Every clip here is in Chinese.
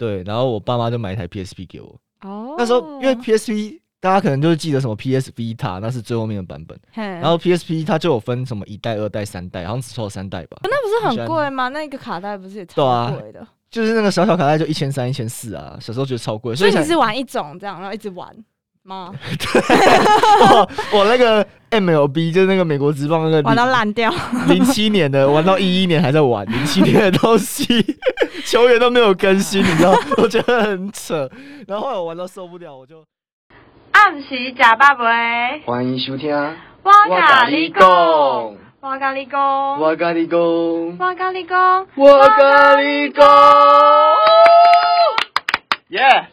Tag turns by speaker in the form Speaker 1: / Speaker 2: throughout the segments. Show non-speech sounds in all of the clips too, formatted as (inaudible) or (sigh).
Speaker 1: 对，然后我爸妈就买一台 PSP 给我。
Speaker 2: 哦，
Speaker 1: 那时候因为 PSP 大家可能就是记得什么 PS Vita，那是最后面的版本。
Speaker 2: 然
Speaker 1: 然后 PSP 它就有分什么一代、二代、三代，好像只抽三代吧。
Speaker 2: 哦那不是
Speaker 1: 你喜
Speaker 2: 很
Speaker 1: 欢
Speaker 2: 贵吗？那个卡带不是也
Speaker 1: 对
Speaker 2: 超
Speaker 1: 啊
Speaker 2: 贵的？
Speaker 1: 就是那个小小卡带就一千三、一千四啊，小时候觉得超贵，
Speaker 2: 所以
Speaker 1: 想
Speaker 2: 你是玩一种这样，然后一直
Speaker 1: (laughs)
Speaker 2: 玩吗？
Speaker 1: 我我那个 MLB 就是那个美国职棒那
Speaker 2: 玩到
Speaker 1: 个
Speaker 2: 烂掉，
Speaker 1: 零七年的，玩到一一年还在玩零七年的东西， (laughs) 球员都没有更新，你知道，我觉得很扯。然后后来我玩到受不了，我就
Speaker 3: 暗时食百味，
Speaker 4: 欢迎收听，
Speaker 3: 我甲你讲，我甲你讲，
Speaker 4: 我跟你讲，
Speaker 3: 我甲你讲，
Speaker 4: 我跟你讲，耶、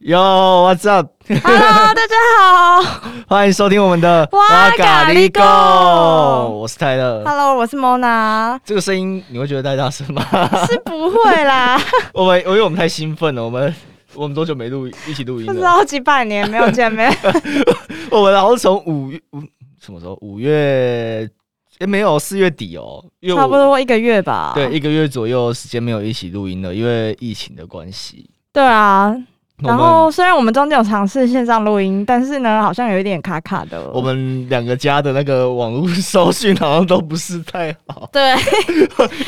Speaker 1: Yo What's up？ (laughs)
Speaker 2: Hello，大家好
Speaker 1: 欢迎收听我们的
Speaker 2: 哇咖喱
Speaker 1: 贡
Speaker 2: 贡
Speaker 1: 我是泰勒。
Speaker 2: ，Hello，我是 Mona，
Speaker 1: 这个声音你会觉得太大声吗？ (laughs)
Speaker 2: 是不会啦，
Speaker 1: 我们因为我们太兴奋了，我们我们多久没录一起录音
Speaker 2: 不知
Speaker 1: 了？
Speaker 2: 道几百年没有见面，
Speaker 1: 我们好像从五月五什么时候？五月诶，没有四月底哦， (laughs) 因为
Speaker 2: 差不
Speaker 1: 我
Speaker 2: 多一个月吧。
Speaker 1: 对一个月左右时间没有一起录音了，因为疫情的关系。
Speaker 2: 对啊，
Speaker 1: 我
Speaker 2: 然
Speaker 1: 们
Speaker 2: 后虽然我们中间有尝试线上录音，但是呢，好像有一点卡卡的。
Speaker 1: 我们两个家的那个网络搜讯好像都不是太好， (laughs)
Speaker 2: 对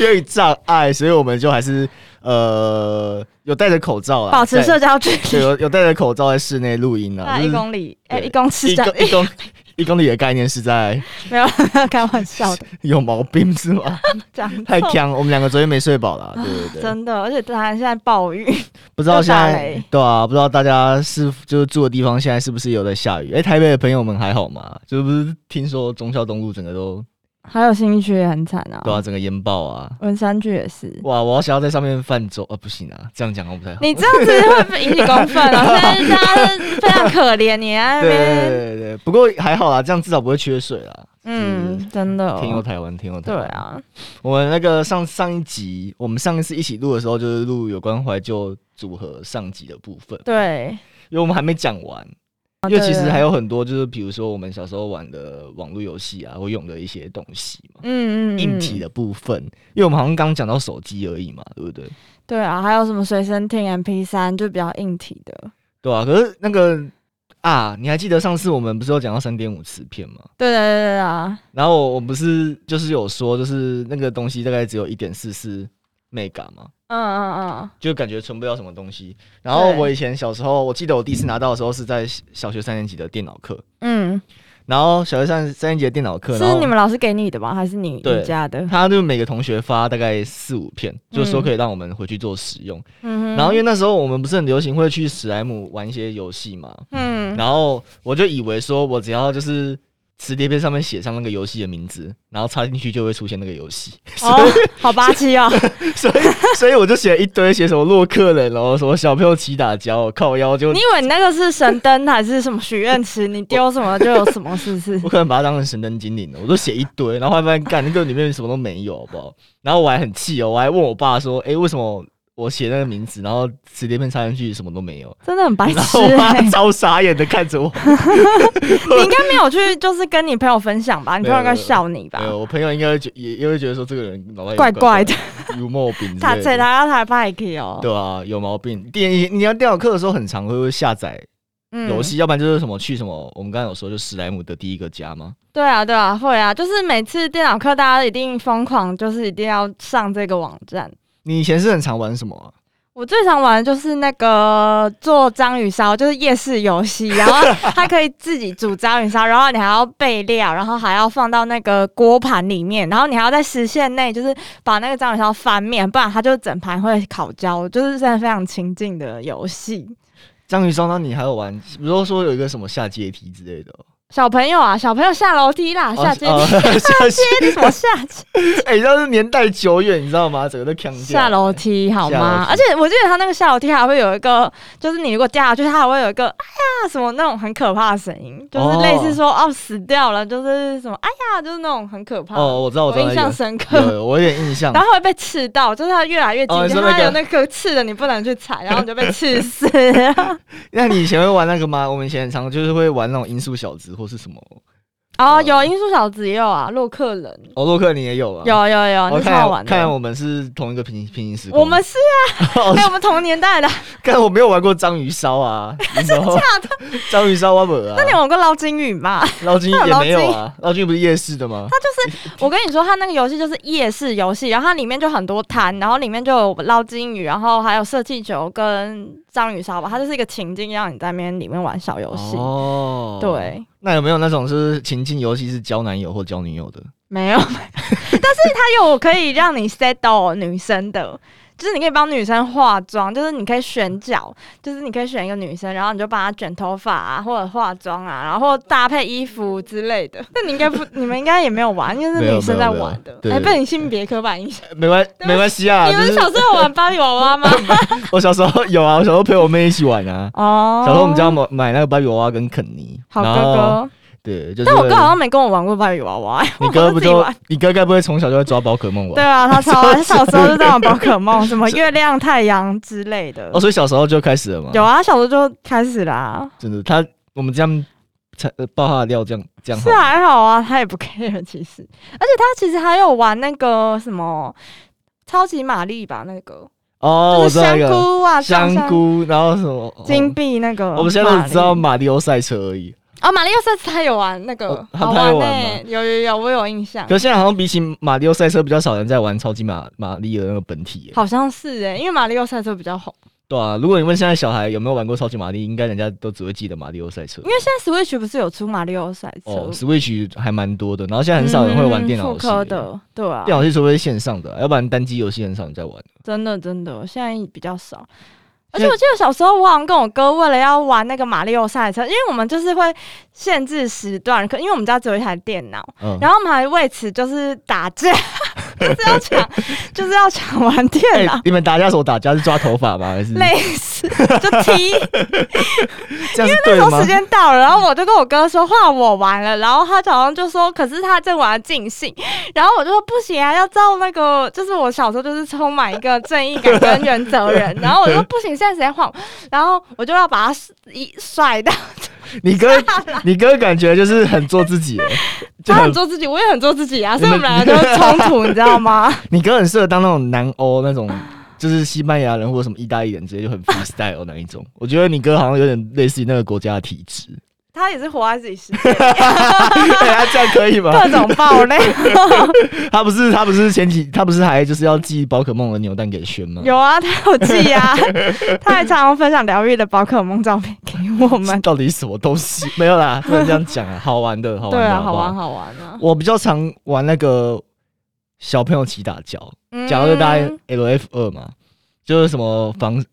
Speaker 1: 因为障碍，所以我们就还是呃有戴着口罩啦，
Speaker 2: 保持
Speaker 1: 在
Speaker 2: 社交距
Speaker 1: 对
Speaker 2: 离，
Speaker 1: 有有戴着口罩在室内录音啊，
Speaker 2: 在
Speaker 1: 就是
Speaker 2: 一公里，哎，
Speaker 1: 对
Speaker 2: 一公尺
Speaker 1: 一
Speaker 2: 这
Speaker 1: 公一
Speaker 2: 样，(laughs)
Speaker 1: 公一公里的概念是在
Speaker 2: 没有 (laughs) 没有开玩笑
Speaker 1: (laughs)
Speaker 2: 的，
Speaker 1: 有毛病是
Speaker 2: (laughs)
Speaker 1: 吗？
Speaker 2: 这样
Speaker 1: 太强，我们两个昨天没睡饱啦，对对对，
Speaker 2: 啊真的，而且当然现在暴雨， (laughs)
Speaker 1: 不知道现
Speaker 2: 又打
Speaker 1: 在
Speaker 2: 雷
Speaker 1: 对啊，不知道大家是就是住的地方现在是不是有在下雨？哎、台北的朋友们还好吗？就是不是听说中孝东路整个都
Speaker 2: 还有新一区也很惨
Speaker 1: 对啊，整个淹爆啊！
Speaker 2: 文山区也是。
Speaker 1: 哇，我要想要在上面泛舟啊，不行啊，这样讲好像不太好。
Speaker 2: 你这样子会被引起公愤啊！
Speaker 1: (laughs)
Speaker 2: 现在大家非常可怜，你在那
Speaker 1: 对对
Speaker 2: 边，
Speaker 1: 对对，不过还好啦，这样至少不会缺水啦。
Speaker 2: 嗯，真的，
Speaker 1: 天佑台湾，天佑台
Speaker 2: 对
Speaker 1: 湾。，
Speaker 2: 啊，
Speaker 1: 我们那个上上一集，我们上一次一起录的时候，就是录有关怀旧组合上集的部分，
Speaker 2: 对，
Speaker 1: 因为我们还没讲完。
Speaker 2: 哦
Speaker 1: 因为其
Speaker 2: 对
Speaker 1: 实
Speaker 2: 对
Speaker 1: 还有很多，就是比如说我们小时候玩的网络游戏啊，会用的一些东西嘛，
Speaker 2: 嗯嗯，嗯
Speaker 1: 硬体，的部分，因为我们好像刚讲到手机而已嘛，对不对？
Speaker 2: 对啊，还有什么随身听 MP 三，就比较硬体的，
Speaker 1: 对啊，可是那个啊，你还记得上次我们不是有讲到三点五磁片吗？
Speaker 2: 对对对对啊，
Speaker 1: 然后我不是就是有说，就是那个东西大概只有一点四四 mega 嘛，
Speaker 2: 嗯嗯嗯，
Speaker 1: 就感觉存不了什么东西。然后
Speaker 2: 对
Speaker 1: 我以前小时候，我记得我第一次拿到的时候是在小学三年级的电脑课，
Speaker 2: 嗯，
Speaker 1: 然后小学三三年级的电脑课，然
Speaker 2: 是
Speaker 1: 后
Speaker 2: 你们老师给你的吗？还是你
Speaker 1: 对
Speaker 2: 你
Speaker 1: (laughs)
Speaker 2: 家的？
Speaker 1: 他就每个同学发大概四五片，就说
Speaker 2: 嗯
Speaker 1: 可以让我们回去做使用。
Speaker 2: 嗯哼
Speaker 1: 然后因为那时候我们不是很流行会去史莱姆玩一些游戏嘛，
Speaker 2: 嗯，
Speaker 1: 然后我就以为说我只要就是磁碟片上面写上那个游戏的名字，然后插进去就会出现那个游戏，
Speaker 2: 哦，好霸气哦，
Speaker 1: (laughs) 所以所以我就写一堆写什么洛克人，然后什么小朋友起打胶靠腰就
Speaker 2: 你。以为你那个是神灯还是什么许愿池？你丢什么就有什么，是不是
Speaker 1: 我？可能把它当成神灯精灵了，我都写一堆，然后后来发现干那个里面什么都没有，好不好？然后我还很气哦，我还问我爸说，诶，为什么我写那个名字，然后磁碟片插进去什么都没有？
Speaker 2: 真的很白痴、
Speaker 1: 然后 (laughs) 我爸
Speaker 2: 欸，
Speaker 1: 超傻眼的看着我，
Speaker 2: 你应该没有去，就是跟你朋友分享吧？你
Speaker 1: 没
Speaker 2: 朋
Speaker 1: 有
Speaker 2: 友应该笑你吧
Speaker 1: 没？有，我朋友应该会觉也也会觉得说这个人脑袋有
Speaker 2: 怪怪
Speaker 1: 怪
Speaker 2: 的，
Speaker 1: 有毛病之
Speaker 2: 他
Speaker 1: 类
Speaker 2: 在
Speaker 1: 的。
Speaker 2: 他他拍 K 哦，
Speaker 1: 对啊，有毛病。电你要电脑课的时候，很常会下载
Speaker 2: 嗯
Speaker 1: 游戏，要不然就是什么去什么，我们刚才有说就史莱姆的第一个家嘛。
Speaker 2: 对啊，对啊，会啊，就是每次电脑课大家一定疯狂，就是一定要上这个网站。
Speaker 1: 你以前是很常玩什么啊、
Speaker 2: 我最常玩的就是那个做章鱼烧，就是夜市游戏，然后它可以自己煮章鱼烧，然后你还要备料，然后还要放到那个锅盘里面，然后你还要在时限内就是把那个章鱼烧翻面，不然它就整盘会烤焦，就是真的非常亲近的游戏。
Speaker 1: 章鱼烧，那你还有玩？比如说有一个什么下阶梯之类的哦，
Speaker 2: 小朋友啊，小朋友下楼梯啦，啊下阶
Speaker 1: 哦 (laughs)
Speaker 2: 梯，
Speaker 1: 下
Speaker 2: 下阶梯
Speaker 1: 阶
Speaker 2: 什么下阶
Speaker 1: 哎，那是年代久远，你知道吗？整个都呛掉。
Speaker 2: 下楼梯好吗？
Speaker 1: 下楼
Speaker 2: 而
Speaker 1: 梯
Speaker 2: 且我记得他那个下楼梯还会有一个，就是你如果掉下去，它还会有一个哎呀什么那种很可怕的声音，就是类似说哦死掉了，就是什么哎呀，就是那种很可怕。
Speaker 1: 哦，我知道，我
Speaker 2: 我
Speaker 1: 知道
Speaker 2: 印
Speaker 1: 那
Speaker 2: 象
Speaker 1: 个，
Speaker 2: 深刻。
Speaker 1: 有有我有点印象
Speaker 2: (laughs) 然。后会被刺到，就是它越来越紧，
Speaker 1: 哦你
Speaker 2: 就
Speaker 1: 说
Speaker 2: 是
Speaker 1: 那
Speaker 2: 它
Speaker 1: 个
Speaker 2: 有那个刺的，你不能去
Speaker 1: (laughs)
Speaker 2: 踩，然后你就被刺死。哦
Speaker 1: 那你以前会玩那个吗？我们以前很常就是会玩那种音速小子或是什么。
Speaker 2: 哦，有音速小子也有啊，洛克人
Speaker 1: 哦，洛克你也有啊？
Speaker 2: 有有有，
Speaker 1: 哦。
Speaker 2: 那
Speaker 1: 看
Speaker 2: 超好
Speaker 1: 来
Speaker 2: 玩
Speaker 1: 看来
Speaker 2: 的。
Speaker 1: 我们是同一个平平行时空。
Speaker 2: 我们是
Speaker 1: (laughs) 哦
Speaker 2: 哎、我们同年代的，
Speaker 1: 看我没有玩过章鱼烧
Speaker 2: (laughs)
Speaker 1: 啊，真的 (laughs) 章鱼烧我没有啊
Speaker 2: 那，你玩过捞金鱼吗？
Speaker 1: 捞金也没有啊，捞金不是夜市的吗？
Speaker 2: 我跟你说，它那个游戏就是夜市游戏，然后它里面就很多摊，然后里面就有捞金鱼，然后还有射气球跟章鱼烧吧，它就是一个情境，让你在那边里面玩小游戏。
Speaker 1: 哦，
Speaker 2: 对，
Speaker 1: 那有没有那种就是情境游戏是交男友或交女友的？(laughs)
Speaker 2: 没有，没有但是它有可以让你 settle 女生的。就是你可以帮女生化妆，就是你可以选角，就是你可以选一个女生，然后你就帮她卷头发啊，或者化妆啊，然后搭配衣服之类的。那你应该不，你们应该也没有玩，因为
Speaker 1: 没
Speaker 2: 是
Speaker 1: 有
Speaker 2: 女生
Speaker 1: 没
Speaker 2: 在
Speaker 1: 有没有
Speaker 2: 玩的。
Speaker 1: 对
Speaker 2: 哎，
Speaker 1: 对
Speaker 2: 被你性别刻板印象。
Speaker 1: 呃没关
Speaker 2: 对
Speaker 1: 没关系啊，
Speaker 2: 你
Speaker 1: 就
Speaker 2: 们
Speaker 1: 是
Speaker 2: 小时候有玩芭比娃娃 (laughs) 吗？
Speaker 1: 我小时候有啊，我小时候陪我妹一起玩啊。
Speaker 2: 哦
Speaker 1: 小时候我们家买买那个芭比娃娃跟肯尼，
Speaker 2: 好哥
Speaker 1: 然后
Speaker 2: 哥，
Speaker 1: 对，就是
Speaker 2: 但我哥好像没跟我玩过芭比娃娃，
Speaker 1: 你
Speaker 2: 我
Speaker 1: 哥
Speaker 2: 都
Speaker 1: 不
Speaker 2: 自己
Speaker 1: 就
Speaker 2: 玩。
Speaker 1: 你哥该不会从小就会抓宝可梦
Speaker 2: (laughs) 对
Speaker 1: 吧？
Speaker 2: 啊，他超他 (laughs) 小时候就在玩宝可梦，什么月亮、太阳之类的
Speaker 1: 哦，。所以小时候就开始了嘛。
Speaker 2: (laughs) 有啊，小时候就开始啦、
Speaker 1: 真的，他我们这样才呃爆他的料，这样这样好
Speaker 2: 是
Speaker 1: 吗
Speaker 2: 还好啊，他也不 care 其实，而且他其实还有玩那个什么超级玛丽吧，那个、
Speaker 1: 哦，我
Speaker 2: 就
Speaker 1: 知
Speaker 2: 是
Speaker 1: 道
Speaker 2: 香
Speaker 1: 一个
Speaker 2: 菇啊，
Speaker 1: 香、菇，然后什么
Speaker 2: 金币那个玛丽。
Speaker 1: 哦我们现在只知道马里奥赛车而已，
Speaker 2: 哦，玛丽奥赛斯他有玩那个
Speaker 1: 哦，他
Speaker 2: 好
Speaker 1: 他有玩
Speaker 2: 玩欸有有有，我有印象。
Speaker 1: 可是现在好像比起马里奥赛车，比较少人在玩超级马马里的那个本体耶。
Speaker 2: 好像是哎、因为马里奥赛车比较红，
Speaker 1: 对啊，如果你问现在小孩有没有玩过超级马里，应该人家都只会记得马里奥赛车
Speaker 2: 因。为现在 Switch 不是有出马里奥赛车，
Speaker 1: 哦，Switch 还蛮多的，然后现在很少人会玩电脑
Speaker 2: 嗯
Speaker 1: 游戏
Speaker 2: 复刻。的，对啊，
Speaker 1: 电脑游戏除非是线上的，要不然单机游戏很少人在玩。
Speaker 2: 真的真的，现在比较少。而
Speaker 1: 现
Speaker 2: 且我记得小时候，我好像跟我哥为了要玩那个马里奥赛车，因为我们就是会限制时段，可因为我们家只有一台电脑，
Speaker 1: 嗯，
Speaker 2: 然后我们还为此就是打架， (laughs) 就是要抢， (laughs) 就是要抢玩电脑
Speaker 1: (laughs) 哎，你嗯们打架手打架是抓头发吗？还是
Speaker 2: 类似就踢。
Speaker 1: 这样
Speaker 2: (laughs)
Speaker 1: 是对的
Speaker 2: 说
Speaker 1: 吗
Speaker 2: 时？间到了，然后我就跟我哥说换我玩了，然后他早上就说，可是他正玩得尽兴， (laughs) 然后我就说不行啊，要照那个，就是我小时候就是充满一个正义感跟原则
Speaker 1: (laughs)
Speaker 2: 人，然后我就说不行，现在谁在换我？然后我就要把他一甩到，
Speaker 1: 你哥，你哥感觉就是很做自
Speaker 2: (laughs)
Speaker 1: 己耶，就
Speaker 2: 他
Speaker 1: 很
Speaker 2: 很做自己，我也很做自己啊，所以
Speaker 1: 你
Speaker 2: 我
Speaker 1: 们
Speaker 2: 们两个就是冲突，你知
Speaker 1: (laughs)
Speaker 2: 道吗？
Speaker 1: 你哥很适合当那种南欧那种，就是西班牙人或者什么意大利人，直接就很 freestyle 那一种。我觉得你哥好像有点类似于那个国家的体质。
Speaker 2: 他也是活在自己世
Speaker 1: (laughs)
Speaker 2: 界，
Speaker 1: 对啊，这样可以吗？
Speaker 2: (laughs) 各种爆料。
Speaker 1: 他不是他不是前几他不是还就是要寄宝可梦的扭蛋给轩吗？
Speaker 2: 有啊，他有记啊，他还常常分享疗愈的宝可梦照片给我们。
Speaker 1: 到底什么东西？没有
Speaker 2: (laughs)
Speaker 1: 啦，不能这样讲啊，好玩 (laughs) 的，好玩
Speaker 2: 对
Speaker 1: 的，
Speaker 2: 啊，
Speaker 1: 好
Speaker 2: 好
Speaker 1: 不
Speaker 2: 玩好玩啊！
Speaker 1: 我比较常玩那个小朋友起打跤，假如就大概
Speaker 2: 嗯
Speaker 1: L F 二嘛，就是什么防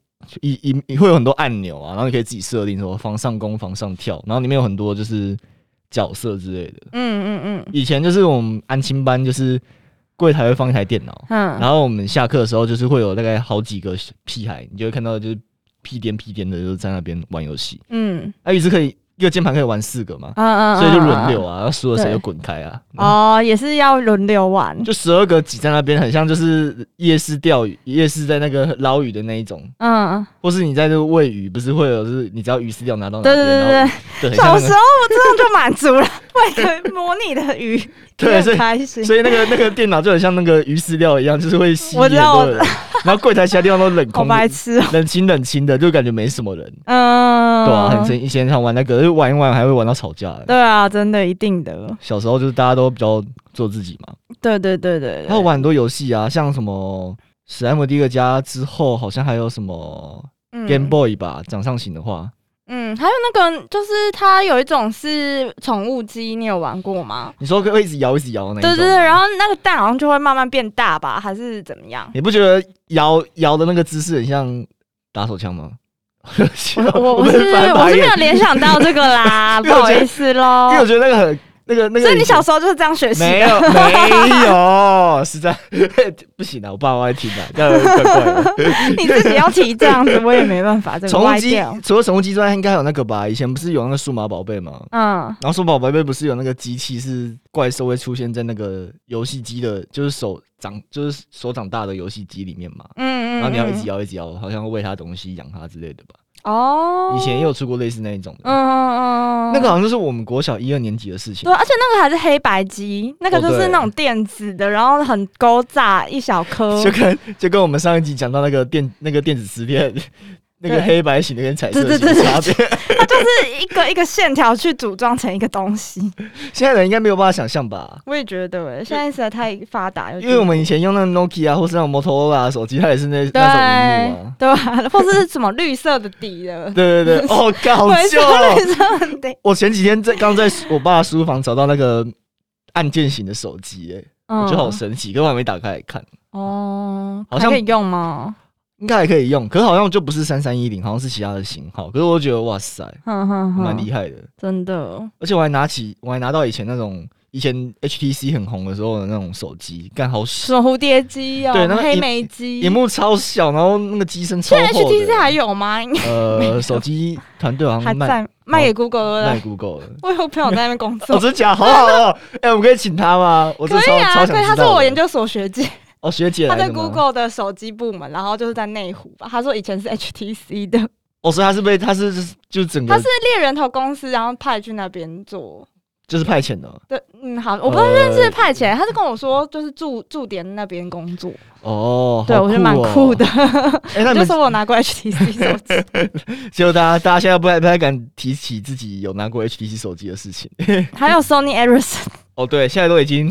Speaker 1: 一一一会有很多按钮啊，然后你可以自己设定什么防上攻、防上跳，然后里面有很多就是角色之类的。
Speaker 2: 嗯嗯嗯
Speaker 1: 以前就是我们安亲班，就是柜台会放一台电脑，
Speaker 2: 嗯，
Speaker 1: 然后我们下课的时候就是会有大概好几个屁孩，你就会看到就是屁颠屁颠的就在那边玩游戏。
Speaker 2: 嗯
Speaker 1: 那、啊、于是可以一个键盘可以玩四个嘛
Speaker 2: 嗯，嗯，
Speaker 1: 所以就轮
Speaker 2: 嗯
Speaker 1: 流。啊，然后输了谁
Speaker 2: 对
Speaker 1: 就滚开啊。然后
Speaker 2: 哦，也是要轮流玩。
Speaker 1: 就十二个挤在那边，很像就是夜市钓鱼，夜市在那个捞鱼的那一种，
Speaker 2: 嗯，
Speaker 1: 或是你在这个喂鱼，不是会有就是你只要鱼饲料拿到哪
Speaker 2: 对
Speaker 1: 边，
Speaker 2: 对
Speaker 1: 然
Speaker 2: 对对
Speaker 1: 后对，很像
Speaker 2: 小
Speaker 1: 那
Speaker 2: 时候
Speaker 1: 个，
Speaker 2: 我这样就满足了，为了模拟的鱼，
Speaker 1: (laughs) 对，所
Speaker 2: 很
Speaker 1: 以
Speaker 2: 开心。
Speaker 1: 所以那个那个电脑就很像那个鱼饲料一样，就是会吸引
Speaker 2: 我
Speaker 1: 很
Speaker 2: 知道
Speaker 1: 多人，然后柜台其他地方都冷
Speaker 2: 好
Speaker 1: 空，
Speaker 2: 白痴哦。
Speaker 1: 冷清冷清的，就感觉没什么人，
Speaker 2: 嗯，
Speaker 1: 对啊，很真以前常玩那个，就玩一玩还会玩到吵架。
Speaker 2: 对啊，真的一定的。
Speaker 1: 小时候就是大家都比较做自己嘛，
Speaker 2: 对对对对
Speaker 1: 还有
Speaker 2: 对。
Speaker 1: 玩很多游戏啊，像什么史莱姆第一个家之后，好像还有什么 Game
Speaker 2: 嗯
Speaker 1: Boy 吧，掌上型的话，
Speaker 2: 嗯，还有那个就是它有一种是宠物鸡，你有玩过吗？
Speaker 1: 你说会一直摇一直摇那一种
Speaker 2: 对
Speaker 1: 吗，
Speaker 2: 对对，然后那个蛋好像就会慢慢变大
Speaker 1: (laughs)
Speaker 2: 吧，还是怎么样？
Speaker 1: (laughs) 你不觉得摇摇的那个姿势很像打手枪吗？
Speaker 2: 我我我
Speaker 1: 被
Speaker 2: 是
Speaker 1: 翻
Speaker 2: 我
Speaker 1: 白
Speaker 2: 是没有
Speaker 1: 眼
Speaker 2: 联想到这
Speaker 1: (laughs)
Speaker 2: 个啦，不好意思喽
Speaker 1: 因为。我觉得那个很那个那个，
Speaker 2: 所以你小时候就是这样学习
Speaker 1: 没
Speaker 2: 的，
Speaker 1: 有没有，实在 (laughs) 不行啊，我爸妈会听的，这样怪怪
Speaker 2: (laughs)
Speaker 1: 的。
Speaker 2: (laughs) 你自己要提这样子，我也没办法，这个
Speaker 1: 宠物
Speaker 2: 歪
Speaker 1: 机
Speaker 2: 掉。
Speaker 1: 除了宠物机之外，应该还有那个吧？以前不是有那个数码宝贝吗？
Speaker 2: 嗯，
Speaker 1: 然后数码宝贝不是有那个机器是怪兽会出现在那个游戏机的，就是手掌就是手掌大的游戏机里面嘛？
Speaker 2: 嗯嗯，
Speaker 1: 然啊后你要一
Speaker 2: 嗯
Speaker 1: 直摇一直摇，好像会喂它东西、养它之类的吧？
Speaker 2: 哦，
Speaker 1: 以前也有出过类似那一种的，
Speaker 2: 嗯嗯嗯，嗯
Speaker 1: 那个好像就是我们国小一二年级的事情
Speaker 2: 对，。而且那个还是黑白机，那个
Speaker 1: 哦
Speaker 2: 就是
Speaker 1: 对
Speaker 2: 那种电子的，然后很勾炸一小
Speaker 1: (laughs)
Speaker 2: 颗
Speaker 1: 就，跟就跟我们上一集讲到那个电那个电子磁片， (laughs) 那个
Speaker 2: 对
Speaker 1: 黑白型的跟彩色
Speaker 2: 对
Speaker 1: 型
Speaker 2: 对
Speaker 1: 的
Speaker 2: 对
Speaker 1: 差别，
Speaker 2: 它就是一个一个线条去组装成一个东西。 (laughs)
Speaker 1: 现在人应该没有办法想象吧？
Speaker 2: 我也觉得欸，现在实在太发达，
Speaker 1: 因为我们以前用那个 Nokia 或是那种 Motorola 手机，它也是那
Speaker 2: 对
Speaker 1: 那种屏幕啊。
Speaker 2: 对吧， (laughs) 或是什么绿色的
Speaker 1: (laughs)
Speaker 2: 底的， (laughs)
Speaker 1: 对对对，哦，干好
Speaker 2: 回
Speaker 1: 旧
Speaker 2: 收
Speaker 1: 哦！
Speaker 2: 绿色的底，
Speaker 1: 我前几天在刚在我爸的书房找到那个按键型的手机，哎，我觉得好
Speaker 2: 嗯，
Speaker 1: 神奇，可我还没打开来看，
Speaker 2: 哦，
Speaker 1: 好
Speaker 2: 还
Speaker 1: 像
Speaker 2: 可以用吗？
Speaker 1: 应该还可以用，可是好像就不是三三一零，好像是其他的型号。可是我觉得哇塞，
Speaker 2: 哼嗯哼
Speaker 1: 蛮
Speaker 2: 哼，
Speaker 1: 厉害的。
Speaker 2: 真的，
Speaker 1: 而且我还拿起，我还拿到以前那种以前 HTC 很红的时候的那种手机，干好小，
Speaker 2: 什么蝴蝶机哦，
Speaker 1: 对那个
Speaker 2: 黑
Speaker 1: 荧
Speaker 2: 莓机，
Speaker 1: 屏幕超小，然后那个机身超
Speaker 2: 现在
Speaker 1: 厚
Speaker 2: HTC
Speaker 1: 的。哦
Speaker 2: 还有吗？
Speaker 1: 呃，手机团队好
Speaker 2: 还
Speaker 1: 像卖
Speaker 2: 在卖给 Google
Speaker 1: 卖
Speaker 2: 了。
Speaker 1: Google 了。
Speaker 2: 我有朋友在那边工作
Speaker 1: 哦，，真假？好好哦。哎，我们可以请他吗？ (laughs) 我真
Speaker 2: 可
Speaker 1: 的超
Speaker 2: 以啊，
Speaker 1: 超想知
Speaker 2: 可
Speaker 1: 道
Speaker 2: 以，
Speaker 1: 的。
Speaker 2: 他是我研究所学姐，
Speaker 1: 哦，学姐
Speaker 2: 他
Speaker 1: 来
Speaker 2: 在
Speaker 1: 的吗
Speaker 2: Google 的手机部门，然后就是在内湖吧。他说以前是 HTC 的，
Speaker 1: 哦，所以他是被他是就是就整
Speaker 2: 他
Speaker 1: 个
Speaker 2: 是猎人头公司，然后派去那边做。
Speaker 1: 就是派遣的。
Speaker 2: 对，嗯，好，我不知道
Speaker 1: 呃
Speaker 2: 认识派遣，他是跟我说就是驻驻点那边工作，
Speaker 1: 哦，
Speaker 2: 对
Speaker 1: 好
Speaker 2: 我觉得蛮
Speaker 1: 酷哦
Speaker 2: 酷的。。
Speaker 1: 哎，那你
Speaker 2: (laughs) 就
Speaker 1: 们
Speaker 2: 说我拿过 HTC 手
Speaker 1: (laughs)
Speaker 2: 机，
Speaker 1: 就大家大家现在不太不太敢提起自己有拿过 HTC 手机的事情。 (laughs)
Speaker 2: 还有 Sony Ericsson，
Speaker 1: 哦，对，现在都已经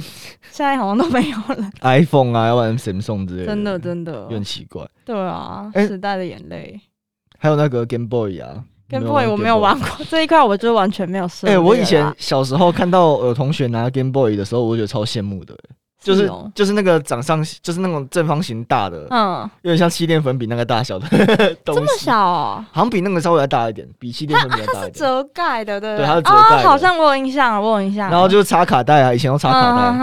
Speaker 2: 现在好像都没有了，
Speaker 1: iPhone 啊，要不然 Samsung 之类的，
Speaker 2: 真的真的
Speaker 1: 有，点奇怪。
Speaker 2: 对啊，
Speaker 1: 哎
Speaker 2: 时代的眼泪。
Speaker 1: 还有那个 Game Boy 啊
Speaker 2: Game
Speaker 1: 你有玩
Speaker 2: Boy 我没有玩。过这一块，我就完全没有涉
Speaker 1: Game Boy 哎，
Speaker 2: 猎啦。 (laughs)
Speaker 1: 我以前小时候看到有同学拿 Game Boy 的时候，我觉得超羡慕的。就是
Speaker 2: 哦
Speaker 1: 就是那个掌上就是那种正方形大的，
Speaker 2: 嗯，
Speaker 1: 有点像气垫粉笔那个大小的 (laughs) 东西，
Speaker 2: 这么小哦，
Speaker 1: 好像比那个稍微要大一点，比气垫粉笔要大
Speaker 2: 是
Speaker 1: 一点。
Speaker 2: 折盖的，对不
Speaker 1: 对它是折盖
Speaker 2: 哦，
Speaker 1: 的
Speaker 2: 好像我有印象，我有印象。嗯
Speaker 1: 然后就插卡带啊，以前都插卡带，
Speaker 2: 带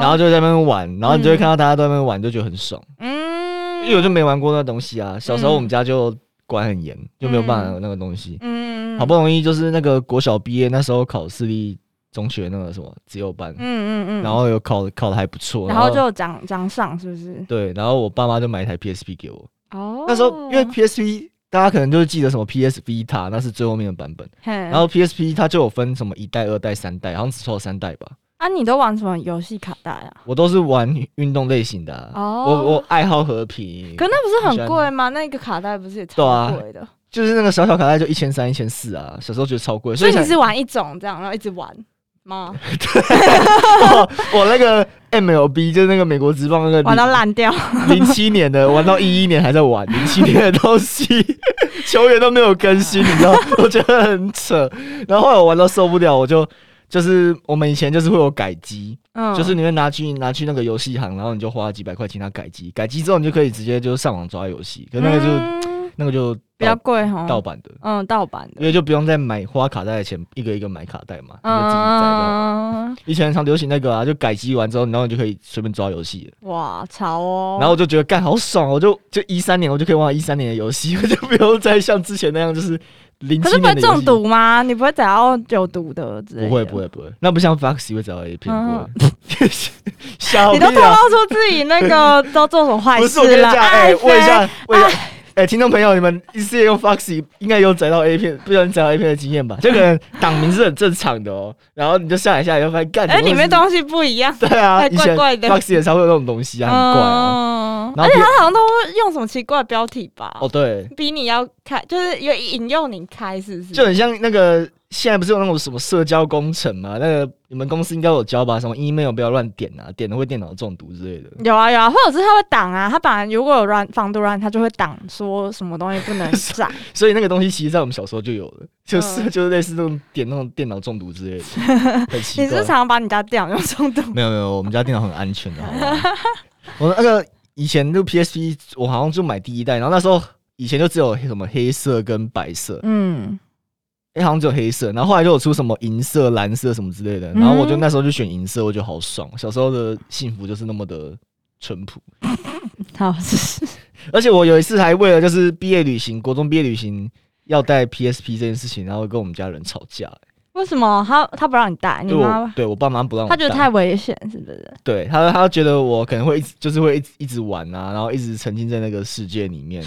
Speaker 1: 然后就在那边玩，然后你就会
Speaker 2: 嗯
Speaker 1: 看到大家都在那边玩，就觉得很爽。
Speaker 2: 嗯，
Speaker 1: 因为我就没玩过那东西啊，小时候我们家就管很严，就没有办法
Speaker 2: 嗯
Speaker 1: 有那个东西。
Speaker 2: 嗯，
Speaker 1: 好不容易就是那个国小毕业那时候考私立中学那个什么自由班，
Speaker 2: 嗯嗯嗯，
Speaker 1: 然后有考考的还不错，
Speaker 2: 然后就奖奖赏是不是？
Speaker 1: 对，然后我爸妈就买一台 PSP 给我。
Speaker 2: 哦，
Speaker 1: 那时候因为 PSP 大家可能就是记得什么 PS Vita，那是最后面的版本。
Speaker 2: 然
Speaker 1: 然后 PSP 它就有分什么一代、二代、三代，好像只抽了三代吧。
Speaker 2: 啊，你都玩什么游戏卡带啊？
Speaker 1: 我都是玩运动类型的啊、
Speaker 2: 哦
Speaker 1: 我我爱好和平。
Speaker 2: 可那不
Speaker 1: 我
Speaker 2: 是
Speaker 1: 喜
Speaker 2: 很
Speaker 1: 欢
Speaker 2: 贵吗？那个卡带不是也
Speaker 1: 对
Speaker 2: 超
Speaker 1: 啊
Speaker 2: 贵的？
Speaker 1: 就是那个小小卡带就一千三、一千四啊，小时候觉得超贵，所
Speaker 2: 所以
Speaker 1: 以
Speaker 2: 你
Speaker 1: 才
Speaker 2: 是玩一种这样，然后一直玩
Speaker 1: (laughs)
Speaker 2: 吗？
Speaker 1: 我我那个 MLB 就是那个美国职棒那
Speaker 2: 玩到
Speaker 1: 个
Speaker 2: 烂掉？
Speaker 1: 零零七年的，玩到一一年还在玩零七年的东西， (laughs) 球员都没有更新，你知
Speaker 2: (laughs)
Speaker 1: 道，我觉得很扯。然后后来我玩到受不了，我就就是我们以前就是会有改机，
Speaker 2: 嗯，
Speaker 1: 就是你会拿去拿去那个游戏行，然后你就花几百块请他改机，改机之后你就可以直接就上网抓游戏，可那个就、
Speaker 2: 嗯
Speaker 1: 那个就
Speaker 2: 比较
Speaker 1: 盗
Speaker 2: 贵哈，
Speaker 1: 盗版的。
Speaker 2: 嗯，盗版
Speaker 1: 因
Speaker 2: 的，
Speaker 1: 为就不用再买花卡带的钱，一个一个买卡带嘛，你就自己载就好了
Speaker 2: 嗯，
Speaker 1: 以前很常流行那个啊，就改机完之后，然后你就可以随便抓游戏了。
Speaker 2: 嗯哇，潮哦，
Speaker 1: 然后我就觉得干好爽，哦我就就一三年我就可以玩一三年的游戏， (laughs) 我就不用再像之前那样就是零
Speaker 2: 可
Speaker 1: 七
Speaker 2: 是不会
Speaker 1: 年的游
Speaker 2: 中
Speaker 1: 戏。
Speaker 2: 毒吗？你不会逮到有毒的之类的？
Speaker 1: 不会不，会不会，那不像 Foxy 会找到 A 片，
Speaker 2: 嗯
Speaker 1: 不 (laughs) 会。小
Speaker 2: 你都
Speaker 1: 屁
Speaker 2: 透
Speaker 1: 啊！
Speaker 2: 露出自己那个 (laughs) 都做什么坏
Speaker 1: 不是我跟
Speaker 2: 事
Speaker 1: 你
Speaker 2: 了？
Speaker 1: 讲，哎，
Speaker 2: 飞
Speaker 1: 问一下问一下，哎，听众朋友，你们一次用 Foxy 应该有载到 A 片，不小心载到 A 片的经验吧？就可能党名是很正常的哦，然后你就下载下来就发现，干，怎
Speaker 2: 哎，
Speaker 1: 么会
Speaker 2: 里面
Speaker 1: 是
Speaker 2: 东西不一样，
Speaker 1: 对啊，
Speaker 2: 哎
Speaker 1: 以前
Speaker 2: 怪怪的
Speaker 1: Foxy 也常会有那种东西啊，很怪啊。
Speaker 2: 嗯
Speaker 1: 然
Speaker 2: 而
Speaker 1: 后
Speaker 2: 且
Speaker 1: 别
Speaker 2: 他好像都会用什么奇怪的标题吧？
Speaker 1: 哦，对，
Speaker 2: 比你要开，就是有引诱你开，是不是？
Speaker 1: 就很像那个现在不是有那种什么社交工程嘛？那个你们公司应该有教吧？什么 email 不要乱点啊，点了会电脑中毒之类的。
Speaker 2: 有啊有啊，或者是他会挡啊，他本来如果有软防毒软，他就会挡说什么东西不
Speaker 1: (laughs)
Speaker 2: 能炸。
Speaker 1: 所以那个东西其实，在我们小时候就有了，就是、 (laughs)
Speaker 2: 嗯
Speaker 1: 就是类似那种点那种电脑中毒之
Speaker 2: (laughs)
Speaker 1: 类的，很奇
Speaker 2: 你是
Speaker 1: 怪
Speaker 2: 不是。常常把你家电脑用中毒？
Speaker 1: 没有没有，我们家电脑很安全的，好吗？我那个以前就 PSP，我好像就买第一代，然后那时候以前就只有什么黑色跟白色，
Speaker 2: 嗯，
Speaker 1: 哎、好像只有黑色，然后后来就有出什么银色、蓝色什么之类的，然后我就
Speaker 2: 嗯
Speaker 1: 那时候就选银色，我觉得好爽，小时候的幸福就是那么的淳朴。
Speaker 2: 好，是
Speaker 1: 而且我有一次还为了就是毕业旅行，国中毕业旅行要带 PSP 这件事情，然后跟我们家人吵架、
Speaker 2: 为什么他他不让你带？你
Speaker 1: 对我
Speaker 2: 妈
Speaker 1: 对我爸妈不让我
Speaker 2: 他觉得
Speaker 1: 带
Speaker 2: 太危险，是不是？
Speaker 1: 对他他觉得我可能会一直就是会一直一直玩啊，然后一直沉浸在那个世界里
Speaker 2: (laughs)
Speaker 1: 面。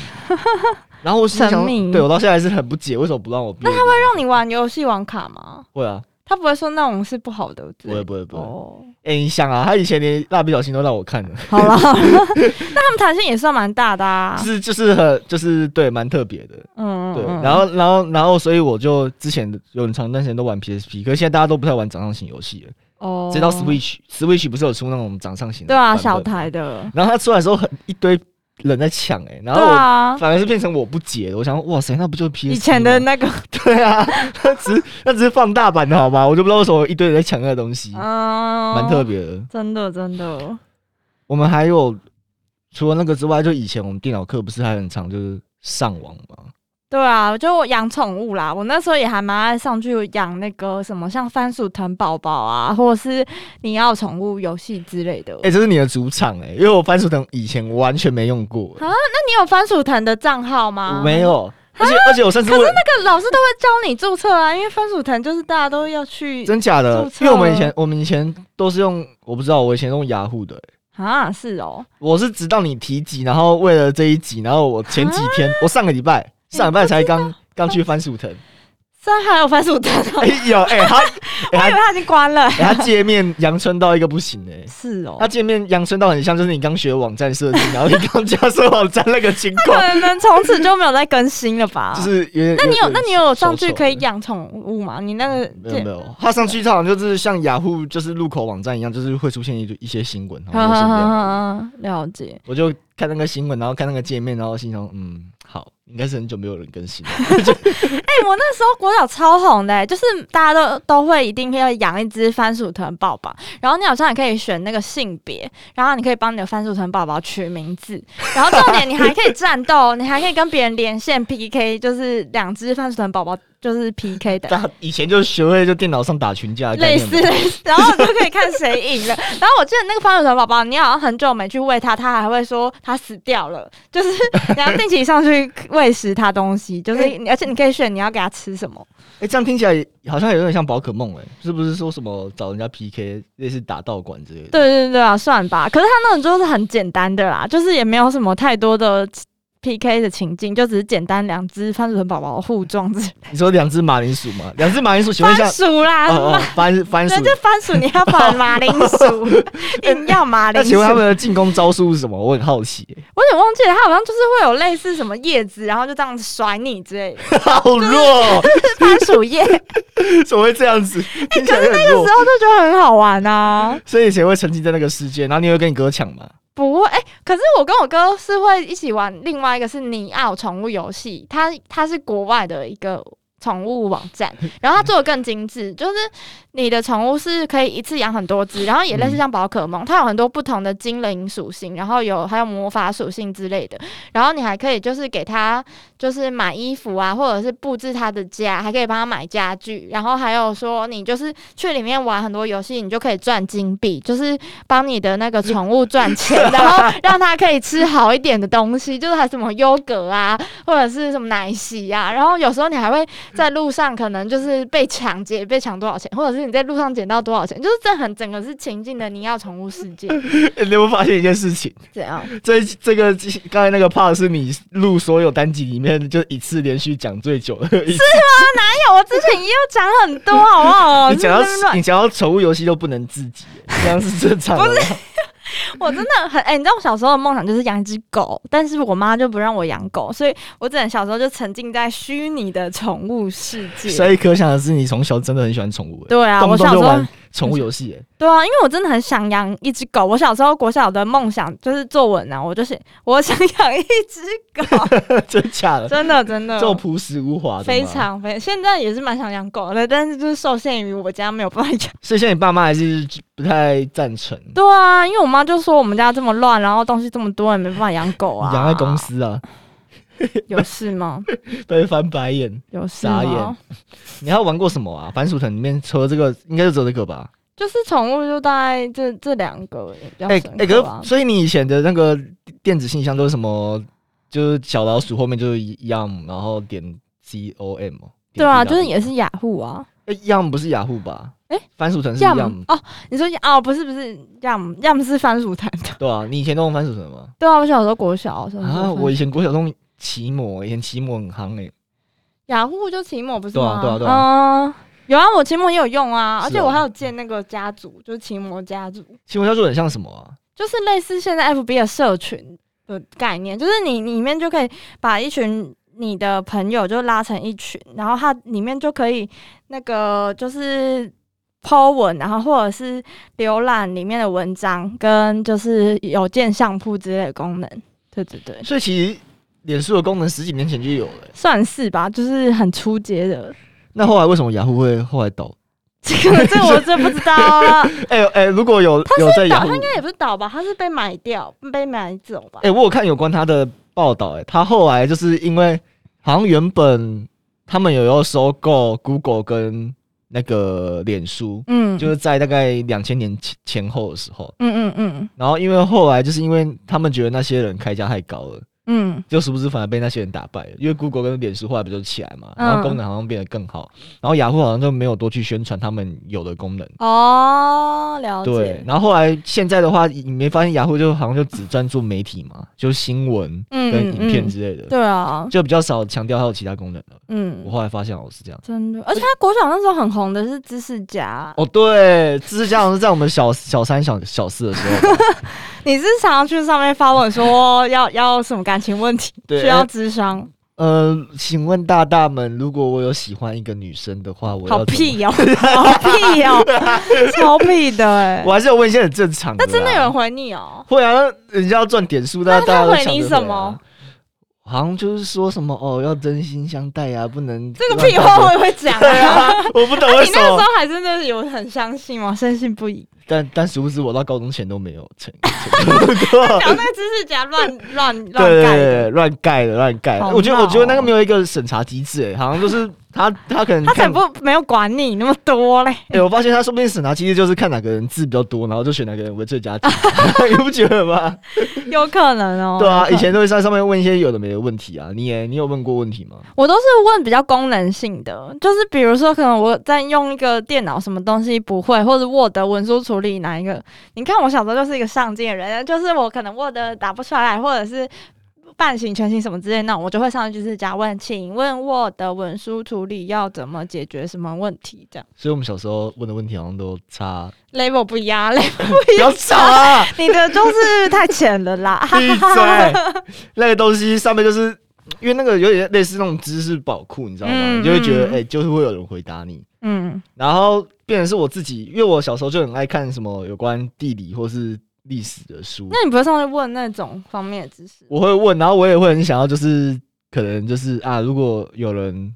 Speaker 1: 然后我心里
Speaker 2: 沉
Speaker 1: 想
Speaker 2: 迷
Speaker 1: 说，对我到现在还是很不解，为什么不让我毕业旅行？那他
Speaker 2: 让你玩游戏玩卡吗？
Speaker 1: 会啊，
Speaker 2: 他不会说那种是不好的之
Speaker 1: 不
Speaker 2: 类
Speaker 1: 会
Speaker 2: 的，
Speaker 1: 不会不会。 (laughs)
Speaker 2: 哦，
Speaker 1: 哎、你想啊，他以前连蜡笔小新都让我看的，
Speaker 2: 好了，好了那他们弹性也算蛮大的啊
Speaker 1: 就。是就是很就是对蛮特别的。
Speaker 2: 嗯，
Speaker 1: 对，
Speaker 2: 嗯
Speaker 1: 然后然后然后，所以我就之前有很长段时间都玩 PSP，可是现在大家都不太玩掌上型游戏了，
Speaker 2: 哦
Speaker 1: 直到 Switch，Switch 不是有出那种掌上型的
Speaker 2: 对
Speaker 1: 版
Speaker 2: 啊，
Speaker 1: 本
Speaker 2: 小。台的，
Speaker 1: 然后它出来的时候，很一堆人在抢哎、然
Speaker 2: 对
Speaker 1: 后我
Speaker 2: 啊，
Speaker 1: 反而是变成我不解的。我想说，哇塞，那不就是 PS
Speaker 2: 以前的那个，
Speaker 1: (laughs) 对啊，那只是那只是放大版的好吧？我就不知道为什么一堆人在抢那个东西，
Speaker 2: 嗯，
Speaker 1: 蛮特，别的。
Speaker 2: 真的真的，
Speaker 1: 我们还有除了那个之外，就以前我们电脑课不是还很常就是上网嘛？
Speaker 2: 对啊，就我养宠物啦，我那时候也还蛮爱上去养那个什么，像番薯藤宝宝啊，或者是你要宠物游戏之类的。
Speaker 1: 哎、这是你的主场哎、因为我番薯藤以前完全没用过、
Speaker 2: 啊那你有番薯藤的账号吗
Speaker 1: 我？没。有，而且而且我甚至为
Speaker 2: 啊那个老师都会教你注册啊，因为番薯藤就是大家都要去
Speaker 1: 真假的
Speaker 2: 注，册
Speaker 1: 因为我们以前我们以前都是用我不知道，我以前用雅虎的、欸
Speaker 2: 啊，是哦，
Speaker 1: 我是直到你提及，然后为了这一集，然后我前几天，
Speaker 2: 啊
Speaker 1: 我上个礼拜上礼拜才刚刚去番薯藤，
Speaker 2: 现在还有番薯藤哦，
Speaker 1: 哎、有哎、他
Speaker 2: 我以
Speaker 1: 哎、
Speaker 2: 为他已经关了、
Speaker 1: 他、哎他界面阳春到一个不行哎、
Speaker 2: 是哦
Speaker 1: 他，界面阳春到很像，就是你刚学网站设计，然后你刚加设网站那个情况，
Speaker 2: 可能从此就没有再更新了吧？
Speaker 1: 就是有点。
Speaker 2: 那你有那你有上去
Speaker 1: 手丑
Speaker 2: 可以
Speaker 1: 的？
Speaker 2: 养宠物吗？你那个
Speaker 1: 没有没有，他上去他好像就是像雅虎就是入口网站一样，就是会出现一一些新闻，好像就是这样。
Speaker 2: 了解。
Speaker 1: 我就看那个新闻，然后看那个界面，然后心想，嗯，好，应该是很久没有人更
Speaker 2: (laughs)
Speaker 1: 新了。
Speaker 2: 哎、我那时候国小超红的、欸就是大家都都会一定要养一只番薯藤宝宝，然后你好像也可以选那个性别，然后你可以帮你的番薯藤宝宝取名字，然后重点你还可以战斗，哦你还可以跟别人连线 PK，就是两只番薯藤宝宝就是 PK 的。
Speaker 1: 大家以前就学会就电脑上打群架的概
Speaker 2: 类
Speaker 1: 念嘛哦
Speaker 2: 似类似，然后你就可以看谁赢了。然后我记得那个方薯藤宝宝，你好像很久没去喂它，它还会说它死掉了，就是 (laughs) 你要定期上去喂食它东西，就是你而且你可以选你要给它吃什么。
Speaker 1: 哎、这样听起来好像有点像宝可梦哎、是不是说什么找人家 PK 类似打道馆之类的？
Speaker 2: 对对对啊，算吧。可是它那种就是很简单的啦，就是也没有什么太多的 PK 的情境，就只是简单两只番薯藤宝宝互撞之
Speaker 1: 你说两只马铃薯吗？两只马铃薯，请问一下
Speaker 2: 番，薯啦。
Speaker 1: 哦哦，番番薯哎
Speaker 2: 对，，就番薯，你要
Speaker 1: (laughs)
Speaker 2: 反马铃薯，硬要马铃
Speaker 1: 那
Speaker 2: 薯。
Speaker 1: 请问他们的进攻招数是什么？我很好
Speaker 2: (laughs)
Speaker 1: 奇、
Speaker 2: 我有点忘记了，它好像就是会有类似什么叶子，然后就这样子甩你之
Speaker 1: (laughs)
Speaker 2: 类的，
Speaker 1: 好弱，哦
Speaker 2: 番薯叶。那
Speaker 1: 怎么会这样子？
Speaker 2: 哎
Speaker 1: 听起来有点弱
Speaker 2: 时。候就觉得很好玩啊，
Speaker 1: 所以以前会沉浸在那个世界，然后你会跟你哥抢吗？ (laughs)
Speaker 2: 不会哎、可是我跟我哥是会一起玩另外一个是尼奥宠物游戏，它它是国外的一个。宠物网站，然后它做的更精致，就是你的宠物是可以一次养很多只，然后也类似像宝可梦，它有很多不同的精灵属性，然后有还有魔法属性之类的，然后你还可以就是给它就是买衣服啊，或者是布置他的家，还可以帮他买家具，然后还有说你就是去里面玩很多游戏，你就可以赚金币，就是帮你的那个宠物赚
Speaker 1: (laughs)
Speaker 2: 钱，然后让它可以吃好一点的东西，就是还什么优格啊，或者是什么奶昔啊，然后有时候你还会在路上可能就是被抢劫，被抢多少钱，或者是你在路上捡到多少钱，就是这很整个是情境的你要宠物世界哎
Speaker 1: 欸你有没有发现一件事情？
Speaker 2: 这样。
Speaker 1: 这这个刚才那个 part 是你录所有单集里面就一次连续讲最久的一次。
Speaker 2: 哎呀，我之前也有讲很多，好不好？
Speaker 1: (laughs) 你讲
Speaker 2: 是不
Speaker 1: 到
Speaker 2: 是乱
Speaker 1: 你讲到宠物游戏都不能自己，这样是正常的吗。
Speaker 2: (laughs) 我真的很哎、你知道我小时候的梦想就是养一只狗，但是我妈就不让我养狗，所以我只能小时候就沉浸在虚拟的宠物世
Speaker 1: 所
Speaker 2: 界。
Speaker 1: 以可想而知，你从小真的很喜欢宠物、欸，
Speaker 2: 对啊，
Speaker 1: 动
Speaker 2: 我
Speaker 1: 不动
Speaker 2: 小
Speaker 1: 就
Speaker 2: 时候
Speaker 1: 玩宠物游戏、
Speaker 2: (laughs)
Speaker 1: 欸。
Speaker 2: 对啊，因为我真的很想养一只狗。我小时候国小的梦想就是作文啊，我就是我想养一只狗， (laughs)
Speaker 1: 真假的？
Speaker 2: 真的真的
Speaker 1: 这种朴实无华的，
Speaker 2: 非。常非现在也是蛮想养狗的，但是就是受限于我家没有办法养。 (laughs)
Speaker 1: 所以现在你爸妈还是不太赞成，
Speaker 2: 对啊，因为我妈就说我们家这么乱，然后东西这么多，也没办法养狗啊。
Speaker 1: 养在公司啊。
Speaker 2: 有事吗？
Speaker 1: 被翻白眼。
Speaker 2: 有事
Speaker 1: 傻眼
Speaker 2: 吗？
Speaker 1: 你还有玩过什么啊？番薯藤里面除了这个，应该就只有这个吧？
Speaker 2: 就是宠物，就大概这这两个比较
Speaker 1: 哎
Speaker 2: 深
Speaker 1: 哎，
Speaker 2: 刻
Speaker 1: 可
Speaker 2: 啊
Speaker 1: 是所以你以前的那个电子信箱都是什么？就是小老鼠后面就是 yum，然后点 c o m。
Speaker 2: 对啊，
Speaker 1: 点 com
Speaker 2: 就是也是雅虎啊，
Speaker 1: 哎，yum 不是雅虎吧？
Speaker 2: 哎
Speaker 1: 番薯藤是
Speaker 2: Yum
Speaker 1: yum，
Speaker 2: 哦，你说哦，不是不是 Yum Yum 是番薯藤的，
Speaker 1: 对啊，你以前都用番薯藤吗？
Speaker 2: 对啊，我小时候国小的时候就
Speaker 1: 啊，
Speaker 2: 番薯
Speaker 1: 我以前国小用奇摩，以前奇摩很夯哎诶。
Speaker 2: 雅虎就期末不是
Speaker 1: 对啊
Speaker 2: 吗？
Speaker 1: 对啊对
Speaker 2: 嗯有啊，我期末也有用啊，
Speaker 1: 是
Speaker 2: 而且我
Speaker 1: 哦
Speaker 2: 还有建那个家族，就是期末家族，
Speaker 1: 奇摩叫做很像什么啊？
Speaker 2: 就是类似现在 FB 的社群的概念，就是你你里面就可以把一群你的朋友就拉成一群，然后它里面就可以那个就是。Po 文，然后或者是浏览里面的文章，跟就是邮件相扑之类的功能，对对对，
Speaker 1: 所以其实脸书的功能十几年前就有了欸。
Speaker 2: 算是吧，就是很初阶的。
Speaker 1: 那后来为什么雅虎会后来
Speaker 2: (laughs)
Speaker 1: 倒？
Speaker 2: 这个这个我真不知道 (laughs) 啊，
Speaker 1: 哎哎，如果有有在
Speaker 2: 倒，
Speaker 1: 雅虎
Speaker 2: 他应，该也不是倒吧，他是被买掉，被买走吧。
Speaker 1: 哎、我有看有关他的报道，哎，他后来就是因为好像原本他们有要收购 Google 跟那个脸书，
Speaker 2: 嗯，
Speaker 1: 就是在大概两千年前前后的时候，
Speaker 2: 嗯嗯嗯
Speaker 1: 然后因为后来就是因为他们觉得那些人开价太高了，
Speaker 2: 嗯，
Speaker 1: 就殊不知反而被那些人打败了，因为 Google 跟脸书后来不就起来嘛，
Speaker 2: 嗯
Speaker 1: 然后功能好像变得更好，然后雅虎好像就没有多去宣传他们有的功能。
Speaker 2: 哦，了
Speaker 1: 对
Speaker 2: 解，。
Speaker 1: 然后后来现在的话，你没发现雅虎就好像就只专注媒体嘛，就是新闻
Speaker 2: 嗯
Speaker 1: 跟影片
Speaker 2: 嗯
Speaker 1: 之类的。
Speaker 2: 对啊，
Speaker 1: 就比较少强调它有其他功能了。我
Speaker 2: 嗯，
Speaker 1: 后来发现哦是这样。
Speaker 2: 真的，而且他国小那时候很红的是知识家，
Speaker 1: 哦，对，知识家好像是在我们小小三、小小四的时候吧，
Speaker 2: (laughs) 你是常常去上面发问说要要什么感情问题，
Speaker 1: 对
Speaker 2: 需要智商，
Speaker 1: 呃，请问大大们，如果我有喜欢一个女生的话，我要怎
Speaker 2: 好
Speaker 1: 么 (laughs)
Speaker 2: 屁哦，好屁哦，超屁的哎
Speaker 1: 我，还是要问一些很正常的
Speaker 2: 那
Speaker 1: 啦。
Speaker 2: 真的有人回你哦，
Speaker 1: 会啊？那人家要赚点数，大家
Speaker 2: 那他
Speaker 1: 大家都
Speaker 2: 回
Speaker 1: 抢
Speaker 2: 你
Speaker 1: 着
Speaker 2: 什
Speaker 1: 啊
Speaker 2: 么？
Speaker 1: 好像就是说什么哦，要真心相待啊，不能
Speaker 2: 这个屁话我
Speaker 1: 乱
Speaker 2: 也会讲
Speaker 1: 对
Speaker 2: 啊。
Speaker 1: 啊，我不懂为
Speaker 2: 你
Speaker 1: 什
Speaker 2: 那个时
Speaker 1: 么
Speaker 2: 候。还真的有很相信吗？深信不疑。
Speaker 1: 但但殊不知，我到高中前都没有成成功过。
Speaker 2: 讲哦那个知识夹 (laughs) 乱乱
Speaker 1: 对
Speaker 2: 乱
Speaker 1: 对
Speaker 2: 盖
Speaker 1: 对
Speaker 2: 的，
Speaker 1: 乱盖的，乱盖的。
Speaker 2: 好
Speaker 1: 我觉得，
Speaker 2: 闹
Speaker 1: 我觉得那个
Speaker 2: 哦
Speaker 1: 没有一个审查机制、欸，好像就是
Speaker 2: (laughs)
Speaker 1: 他，他可能
Speaker 2: 他才
Speaker 1: 看。
Speaker 2: 不没有管你那么多
Speaker 1: (laughs)
Speaker 2: 嘞。
Speaker 1: 哎、我发现他说不定审查机制就是看哪个人字比较多，然后就选哪个人为最佳 (laughs) 你不觉得吗？
Speaker 2: 有可能哦。
Speaker 1: 对啊，
Speaker 2: 有可能
Speaker 1: 以前都会在上面问一些有的没的问题啊。你也，你有问过问题吗？
Speaker 2: 我都是问比较功能性的，就是比如说，可能我在用一个电脑什么东西不会，或者 Word 文书处理哪一个。你看我小时候就是一个上进的人，就是我可能 Word 打不出来，或者是。半形、全形什么之类，那我就会上去就是加问，请问 Word 文书处理要怎么解决什么问题？这样
Speaker 1: 所以我们小时候问的问题好像都差，
Speaker 2: (laughs) level 不一 (laughs) 样，level 啊
Speaker 1: 不要吵
Speaker 2: (laughs)
Speaker 1: 啊！
Speaker 2: 你的就是太浅
Speaker 1: (laughs)
Speaker 2: 了啦。
Speaker 1: 闭嘴！那个东西上面就是因为那个有点类似那种知识宝库，你知道吗？
Speaker 2: 嗯
Speaker 1: 你就会觉得
Speaker 2: 嗯
Speaker 1: 哎、欸就是会有人回答你。
Speaker 2: 嗯
Speaker 1: 然后变成是我自己，因为我小时候就很爱看什么有关地理或是历史的书，
Speaker 2: 那你不会上去问那种方面的知识？
Speaker 1: 我会问，然后我也会很想要，就是可能就是啊，如果有人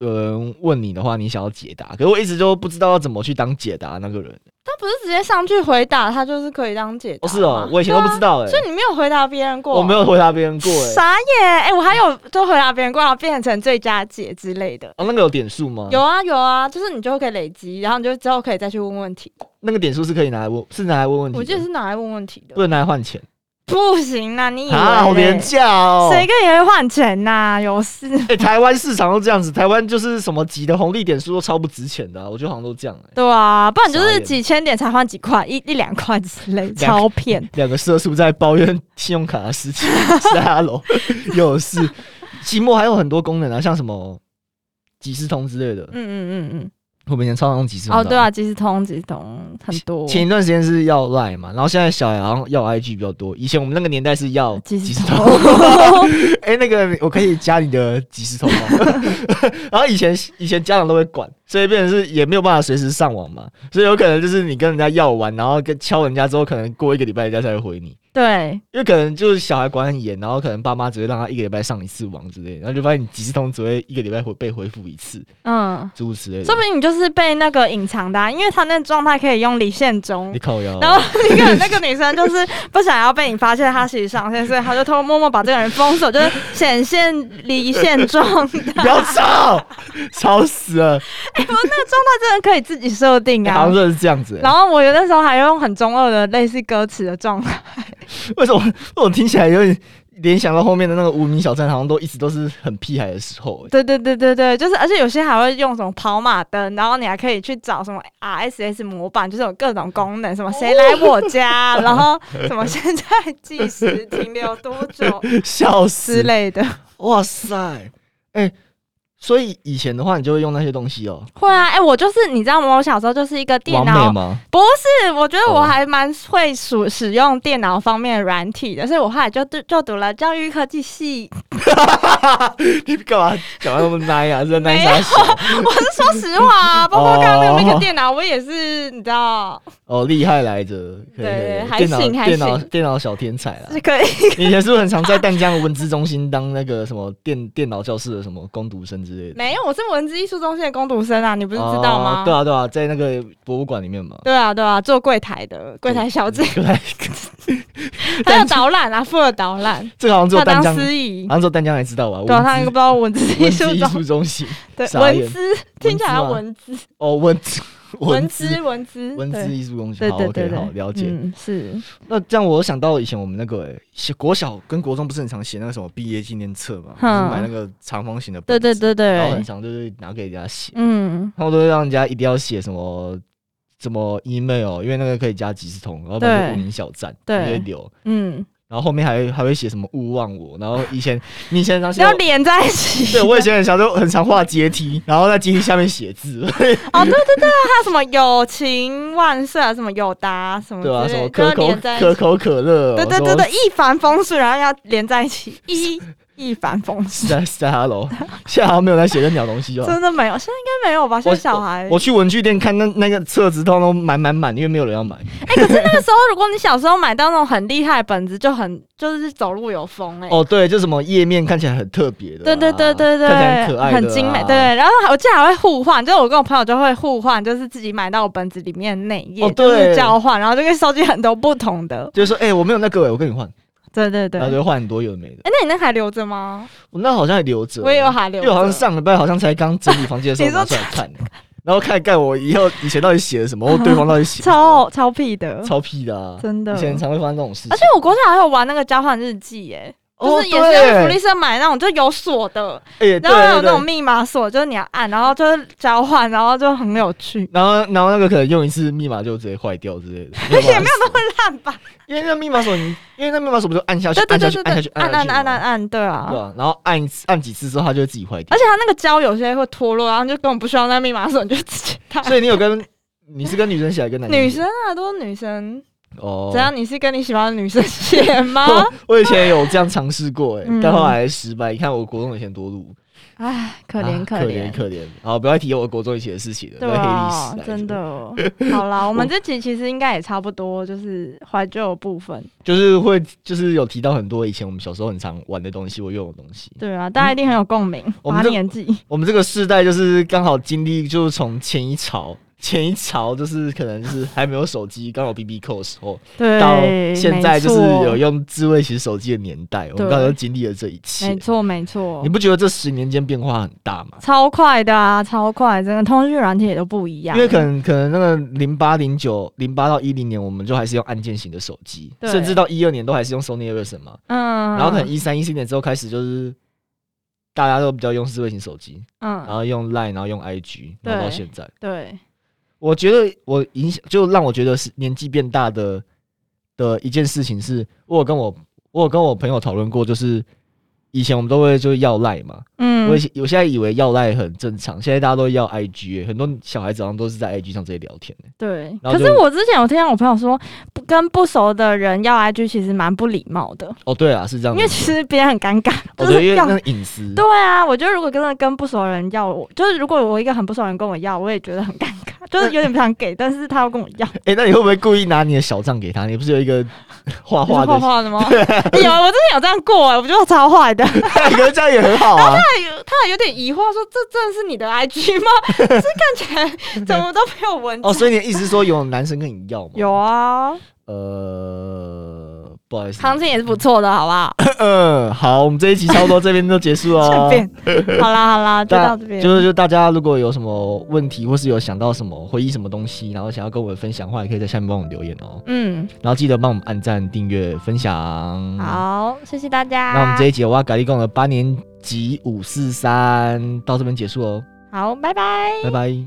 Speaker 1: 有人问你的话，你想要解答，可是我一直就不知道要怎么去当解答那个人。
Speaker 2: 他不是直接上去回答，他就是可以当解答
Speaker 1: 哦，
Speaker 2: 吗。啊
Speaker 1: 是哦，我以前都不知道哎、
Speaker 2: 所以你没有回答别人过，
Speaker 1: 我没有回答别人过哎、
Speaker 2: 傻眼哎、我还有就回答别人过，然后变成最佳解之类的。
Speaker 1: 哦，那个有点数吗？
Speaker 2: 有，啊有啊，就是你就可以累积，然后你就之后可以再去问问题。
Speaker 1: 那个点数是可以拿来问，是拿来问问题的。
Speaker 2: 我记得是拿来问问题
Speaker 1: 不
Speaker 2: 的，
Speaker 1: 能拿来换钱
Speaker 2: 不行啊，你以为、
Speaker 1: 啊，好廉价哦。
Speaker 2: 谁跟你会换钱呐、有事？
Speaker 1: 哎、台湾市场都这样子，台湾就是什么级的红利点数都超不值钱的啊、我觉得好像都这样、欸。
Speaker 2: 对啊，不然就
Speaker 1: 傻
Speaker 2: 是
Speaker 1: 眼
Speaker 2: 几千点才换几块，一一两块之类，
Speaker 1: 两
Speaker 2: 超骗。
Speaker 1: 两个社畜在抱怨信用卡的事
Speaker 2: (laughs)
Speaker 1: 情，沙龙有事。期末还有很多功能啊，像什么即时通之类的，
Speaker 2: 嗯嗯嗯
Speaker 1: 我们以前超常用即时
Speaker 2: 嗯。
Speaker 1: 通。
Speaker 2: 哦，对啊，，即时通，即时通很多。
Speaker 1: 前一段时间是要 Line 嘛，然后现在小孩好像要 IG 比较多。以前我们那个年代是要
Speaker 2: 即
Speaker 1: 即
Speaker 2: 时
Speaker 1: 时
Speaker 2: 通
Speaker 1: 通，
Speaker 2: (laughs)
Speaker 1: 哎、那个我可以加你的即时通吗？ (laughs) 然后以前以前家长都会管，所以变成是也没有办法随时上网嘛，所以有可能就是你跟人家要完，然后跟敲人家之后，可能过一个礼拜人家才会回你。
Speaker 2: 对，
Speaker 1: 因为可能就是小孩管很严，然后可能爸妈只会让他一个礼拜上一次网之类的，然后就发现你几次通只会一个礼拜回被回复一次，
Speaker 2: 嗯，
Speaker 1: 诸如此类的。
Speaker 2: 说不定你就是被那个隐藏的啊、因为他那状态可以用李宪忠
Speaker 1: 你。靠腰，啊
Speaker 2: 然后那个那个女生就是不想要被你发现她其实上线，所以她就偷偷摸摸把这个人封锁，就是显现离线
Speaker 1: (laughs)
Speaker 2: 状态。
Speaker 1: (laughs) 不要吵，吵死
Speaker 2: (laughs)
Speaker 1: 了，
Speaker 2: 哎、我那个状态真的可以自己设定
Speaker 1: 好
Speaker 2: 啊
Speaker 1: 像。真的是这样子欸、
Speaker 2: 然后我有的时候还用很中二的类似歌词的状态，
Speaker 1: 为什么为什么听起来有点联想到后面的那个无名小站，好像都一直都是很屁孩的时候欸、
Speaker 2: 对对对对对，就是而且有些还会用什么跑马灯，然后你还可以去找什么 RSS 模板，就是有各种功能，什么谁来我家，然后什么现在计时停留多 (laughs) 久
Speaker 1: 笑
Speaker 2: 之
Speaker 1: 死！
Speaker 2: 类的。
Speaker 1: 哇塞，哎、所以以前的话，你就会用那些东西哦、
Speaker 2: 会啊，哎、我就是你知道吗？我小时候就是一个电
Speaker 1: 完
Speaker 2: 脑
Speaker 1: 美吗？ (laughs)
Speaker 2: 不是，我觉得我
Speaker 1: 哦
Speaker 2: 还蛮会使使用电脑方面的软体的，所以我后来就就就读了教育科技系。 (laughs)
Speaker 1: 你干嘛讲话那么奶啊？这奶
Speaker 2: 没
Speaker 1: 啥小？
Speaker 2: 我是说实话啊，包括刚刚那个那个电脑，我也是，你知道，
Speaker 1: 哦，厉害来着，可以
Speaker 2: 对
Speaker 1: 可以
Speaker 2: 还
Speaker 1: 电脑
Speaker 2: 行还
Speaker 1: 电脑
Speaker 2: 行
Speaker 1: 电脑小天才啦
Speaker 2: (laughs) 是。可以。
Speaker 1: 你以前是不是很常在淡江文资中心当那个什么电电脑教室的什么工读生之类的？
Speaker 2: 没有，我是文字艺术中心的攻读生啊，你不是知道
Speaker 1: 哦
Speaker 2: 吗？
Speaker 1: 对啊对啊，在那个博物馆里面嘛。 (laughs)
Speaker 2: 对啊，对啊，做柜台的柜台小姐，
Speaker 1: 对，
Speaker 2: 还有导览啊，副的导
Speaker 1: (laughs)
Speaker 2: 览，
Speaker 1: 这个好像只有
Speaker 2: 她
Speaker 1: 淡
Speaker 2: 啊当
Speaker 1: 江，
Speaker 2: 司
Speaker 1: 好
Speaker 2: 仪，
Speaker 1: 像只有淡江才知道吧？
Speaker 2: 对啊，他那
Speaker 1: 哦文
Speaker 2: 个
Speaker 1: 资
Speaker 2: 不知道文字艺
Speaker 1: 文
Speaker 2: 术
Speaker 1: 资艺
Speaker 2: 中
Speaker 1: 术中心
Speaker 2: 对
Speaker 1: 傻眼
Speaker 2: 文字听起来
Speaker 1: 文字吗
Speaker 2: 文字
Speaker 1: 哦，文资
Speaker 2: (laughs) 文
Speaker 1: 资
Speaker 2: 字文字
Speaker 1: 文
Speaker 2: 对
Speaker 1: 资艺术中心，
Speaker 2: 对
Speaker 1: 好
Speaker 2: 对对
Speaker 1: OK
Speaker 2: 对，
Speaker 1: 好了解。
Speaker 2: 嗯，是
Speaker 1: 那这样，我想到以前我们那个欸写、国小跟国中不是很常写那个什么毕业纪念册嘛，就
Speaker 2: 哼
Speaker 1: 是买那个长方形的本
Speaker 2: 对
Speaker 1: 子，
Speaker 2: 对对
Speaker 1: 然后很
Speaker 2: 对，
Speaker 1: 常就是拿给人家写，
Speaker 2: 嗯，
Speaker 1: 然后都会让人家一定要写什么什么 email，因为那个可以加即时通，然后
Speaker 2: 对
Speaker 1: 反正无名小站
Speaker 2: 对
Speaker 1: 你会留，
Speaker 2: 嗯，
Speaker 1: 然后后面还还会写什么勿忘我，然后以前你以前常写
Speaker 2: 要。连在一起。
Speaker 1: 对，我以前很常就很常画阶梯，然后在阶梯下面写字，
Speaker 2: 哦，对对对啊，还有什么友情万岁啊，什么友达什
Speaker 1: (laughs)
Speaker 2: 么
Speaker 1: 对啊，
Speaker 2: 之
Speaker 1: 什么
Speaker 2: 类的，都
Speaker 1: 可
Speaker 2: 要
Speaker 1: 口
Speaker 2: 连在一
Speaker 1: 可
Speaker 2: 起。
Speaker 1: 口可乐哦，
Speaker 2: 对对对对，一帆风顺，然后要连在
Speaker 1: (laughs)
Speaker 2: 一起，一一帆风顺。
Speaker 1: 在在 Hello，现在好像没有在写这鸟东西哦。
Speaker 2: 真的没有，现在应该没有吧？现在小孩
Speaker 1: 我，我去文具店看那那个册子，通通满满满，因为没有人要买。
Speaker 2: 哎、可是那个时候，如果你小时候买到那种很厉害的本子，就很就是走路有风哎、
Speaker 1: 哦，对，就什么页面看起来很特别的啊、
Speaker 2: 对对对对对，
Speaker 1: 看起来很可爱、啊
Speaker 2: 很精美。对，，然后我记得还会互换，就是我跟我朋友就会互换，就是自己买到我本子里面的内页，
Speaker 1: 哦
Speaker 2: 就
Speaker 1: 对
Speaker 2: 是交换，然后就可以收集很多不同的。
Speaker 1: 就是说，哎、我没有那个、我跟你换，
Speaker 2: 对对对。
Speaker 1: 然后
Speaker 2: 哎、
Speaker 1: 就换很多有的没的。
Speaker 2: 那你那还留着吗？
Speaker 1: 我那好像还留着，
Speaker 2: 我也有还留
Speaker 1: 因
Speaker 2: 着。
Speaker 1: 为我好像上礼拜好像才刚整理房间的时候
Speaker 2: (laughs) 你说
Speaker 1: 拿出来看、然后看看我以后以前到底写了什么，或对方到底写了什么
Speaker 2: 超超屁
Speaker 1: (laughs)
Speaker 2: 的，
Speaker 1: 超屁的、啊，
Speaker 2: 真的
Speaker 1: 以。前常会发生这种事情。
Speaker 2: 而且我国小还有玩那个交换日记、耶，就
Speaker 1: 哦
Speaker 2: 是也是用福
Speaker 1: 对
Speaker 2: 利社买那种就有锁的，
Speaker 1: 哎、对
Speaker 2: 然后还有
Speaker 1: 对
Speaker 2: 那种
Speaker 1: 对。
Speaker 2: 密码锁，就是你要按，然后就是交换，然后就很有趣。
Speaker 1: 然后，然后那个可能用一次密码就直接坏掉之类
Speaker 2: (laughs)
Speaker 1: 的，
Speaker 2: 而且
Speaker 1: 没有
Speaker 2: 没
Speaker 1: 办
Speaker 2: 有
Speaker 1: 法
Speaker 2: 那么烂吧？
Speaker 1: 因为那密码锁你，因为那密码锁不就按下去
Speaker 2: 对、对
Speaker 1: 按下
Speaker 2: 对
Speaker 1: 去、
Speaker 2: 对
Speaker 1: 按下
Speaker 2: 对
Speaker 1: 去、，
Speaker 2: 按
Speaker 1: 下
Speaker 2: 按
Speaker 1: 去
Speaker 2: 按
Speaker 1: 吗
Speaker 2: 按按，对啊。
Speaker 1: 对吧、然后按一次按几次之后，它就会自己坏掉
Speaker 2: 而。且它那个胶有些会脱落，然后就根本不需要那密码锁，你就直接打。
Speaker 1: (laughs) 所以你有跟你是跟女生写，还是跟男
Speaker 2: 女
Speaker 1: 写
Speaker 2: 生啊，都是女生。
Speaker 1: 哦。
Speaker 2: 怎样？你是跟你喜欢的女生写吗？
Speaker 1: 我 (laughs) 我以前有这样尝试过、哎、
Speaker 2: 嗯
Speaker 1: 但后来失败。你看我国中以前多路，
Speaker 2: 唉，可
Speaker 1: 可
Speaker 2: 怜
Speaker 1: 啊可
Speaker 2: 怜。
Speaker 1: 可怜。好，不要提我国中以前的事情了，
Speaker 2: 对
Speaker 1: 那黑
Speaker 2: 啊
Speaker 1: 历，史来哦
Speaker 2: 真
Speaker 1: 着
Speaker 2: 的。好啦，
Speaker 1: (laughs)
Speaker 2: 我们这集其实应该也差不多，就是怀旧的部分。
Speaker 1: 就是会就是有提到很多以前我们小时候很常玩的东西，我用的东西。
Speaker 2: 对啊，大家一定很有共鸣。
Speaker 1: 嗯我
Speaker 2: 八
Speaker 1: 们这 (laughs)
Speaker 2: 年级，
Speaker 1: 我们这个世代就是刚好经历，就是从前一潮。 (laughs) 前一潮就是可能就是还没有手机，刚好 B B 扣的时候，到
Speaker 2: 对，
Speaker 1: 现在就是
Speaker 2: 没错
Speaker 1: 有用智慧型手机的年代，我们
Speaker 2: 对
Speaker 1: 刚好就经历了这一切
Speaker 2: 没。错，没错
Speaker 1: 你，不觉得这十年间变化很大吗？
Speaker 2: 超快的啊，超快，整个通讯软体也都不一样。
Speaker 1: 因为可能可能那个零八零九零八到一零年，我们就还是用按键型的手机，
Speaker 2: 对
Speaker 1: 甚至到一二年都还是用 Sony Ericsson 嘛。
Speaker 2: 嗯，
Speaker 1: 然后可能一三一四年之后开始就是大家都比较用智慧型手机，然
Speaker 2: 嗯，
Speaker 1: 后用 Line，然后用 IG，然后到
Speaker 2: 对
Speaker 1: 现在，
Speaker 2: 对，
Speaker 1: 我觉得我影响就让我觉得是年纪变大的的一件事情是，我有跟我我有跟我朋友讨论过，就是以前我们都会就是要 Line 嘛，
Speaker 2: 嗯，
Speaker 1: 我以前我现在以为要赖很正常，现在大家都要 IG，欸、很多小孩子好像都是在 IG 上直接聊天、欸。
Speaker 2: 对，
Speaker 1: 然
Speaker 2: 可
Speaker 1: 后
Speaker 2: 是
Speaker 1: 就
Speaker 2: 我之前有听到我朋友说，不跟不熟的人要 IG 其实蛮不礼貌的，
Speaker 1: 哦，对啊，是这样子。
Speaker 2: 因为其实别人很尴尬，
Speaker 1: 哦，
Speaker 2: 就
Speaker 1: 对，因
Speaker 2: 是
Speaker 1: 为
Speaker 2: 要。
Speaker 1: 那个隐私。
Speaker 2: 对啊，我觉得如果真的跟不熟的人要，我就是如果我一个很不熟的人跟我要，我也觉得很尴尬，就是有点不想给，但是他要跟我要，
Speaker 1: 哎、那你会不会故意拿你的小账给他？你不是有一
Speaker 2: (laughs)
Speaker 1: 个画
Speaker 2: 你是
Speaker 1: 画 (laughs)
Speaker 2: 画
Speaker 1: 的？
Speaker 2: 画的吗？哎有，我之前有这样过、哎，我觉得我超坏的。
Speaker 1: 哎可是这样也很好
Speaker 2: (laughs)
Speaker 1: 啊。
Speaker 2: 他有他还有点疑惑说：“这真的是你的 IG 吗？ (laughs) 这看起来怎么都没有文字。
Speaker 1: 哦，所以你的意思是说有男生跟你要吗？
Speaker 2: 有。啊，
Speaker 1: 呃，不好意思。 (laughs)
Speaker 2: 行情也是不错的，好不好？
Speaker 1: 嗯，好，我们这一集差不多这边就结束
Speaker 2: (laughs) 这
Speaker 1: 了。
Speaker 2: 边，
Speaker 1: (laughs)
Speaker 2: 好啦好啦，就
Speaker 1: 大
Speaker 2: 到这边。
Speaker 1: 哦就是就大家如果有什么问题，或是有想到什么回忆什么东西，然后想要跟我们分享的话，也可以在下面帮我们留言哦。
Speaker 2: 嗯，
Speaker 1: 然后记得帮我们按赞、订阅、分享。好，
Speaker 2: 好，谢谢大家。
Speaker 1: 那我们这一集的哇咖喱贡的八年级五四三到这边结束哦，
Speaker 2: 好，拜拜。
Speaker 1: 拜拜。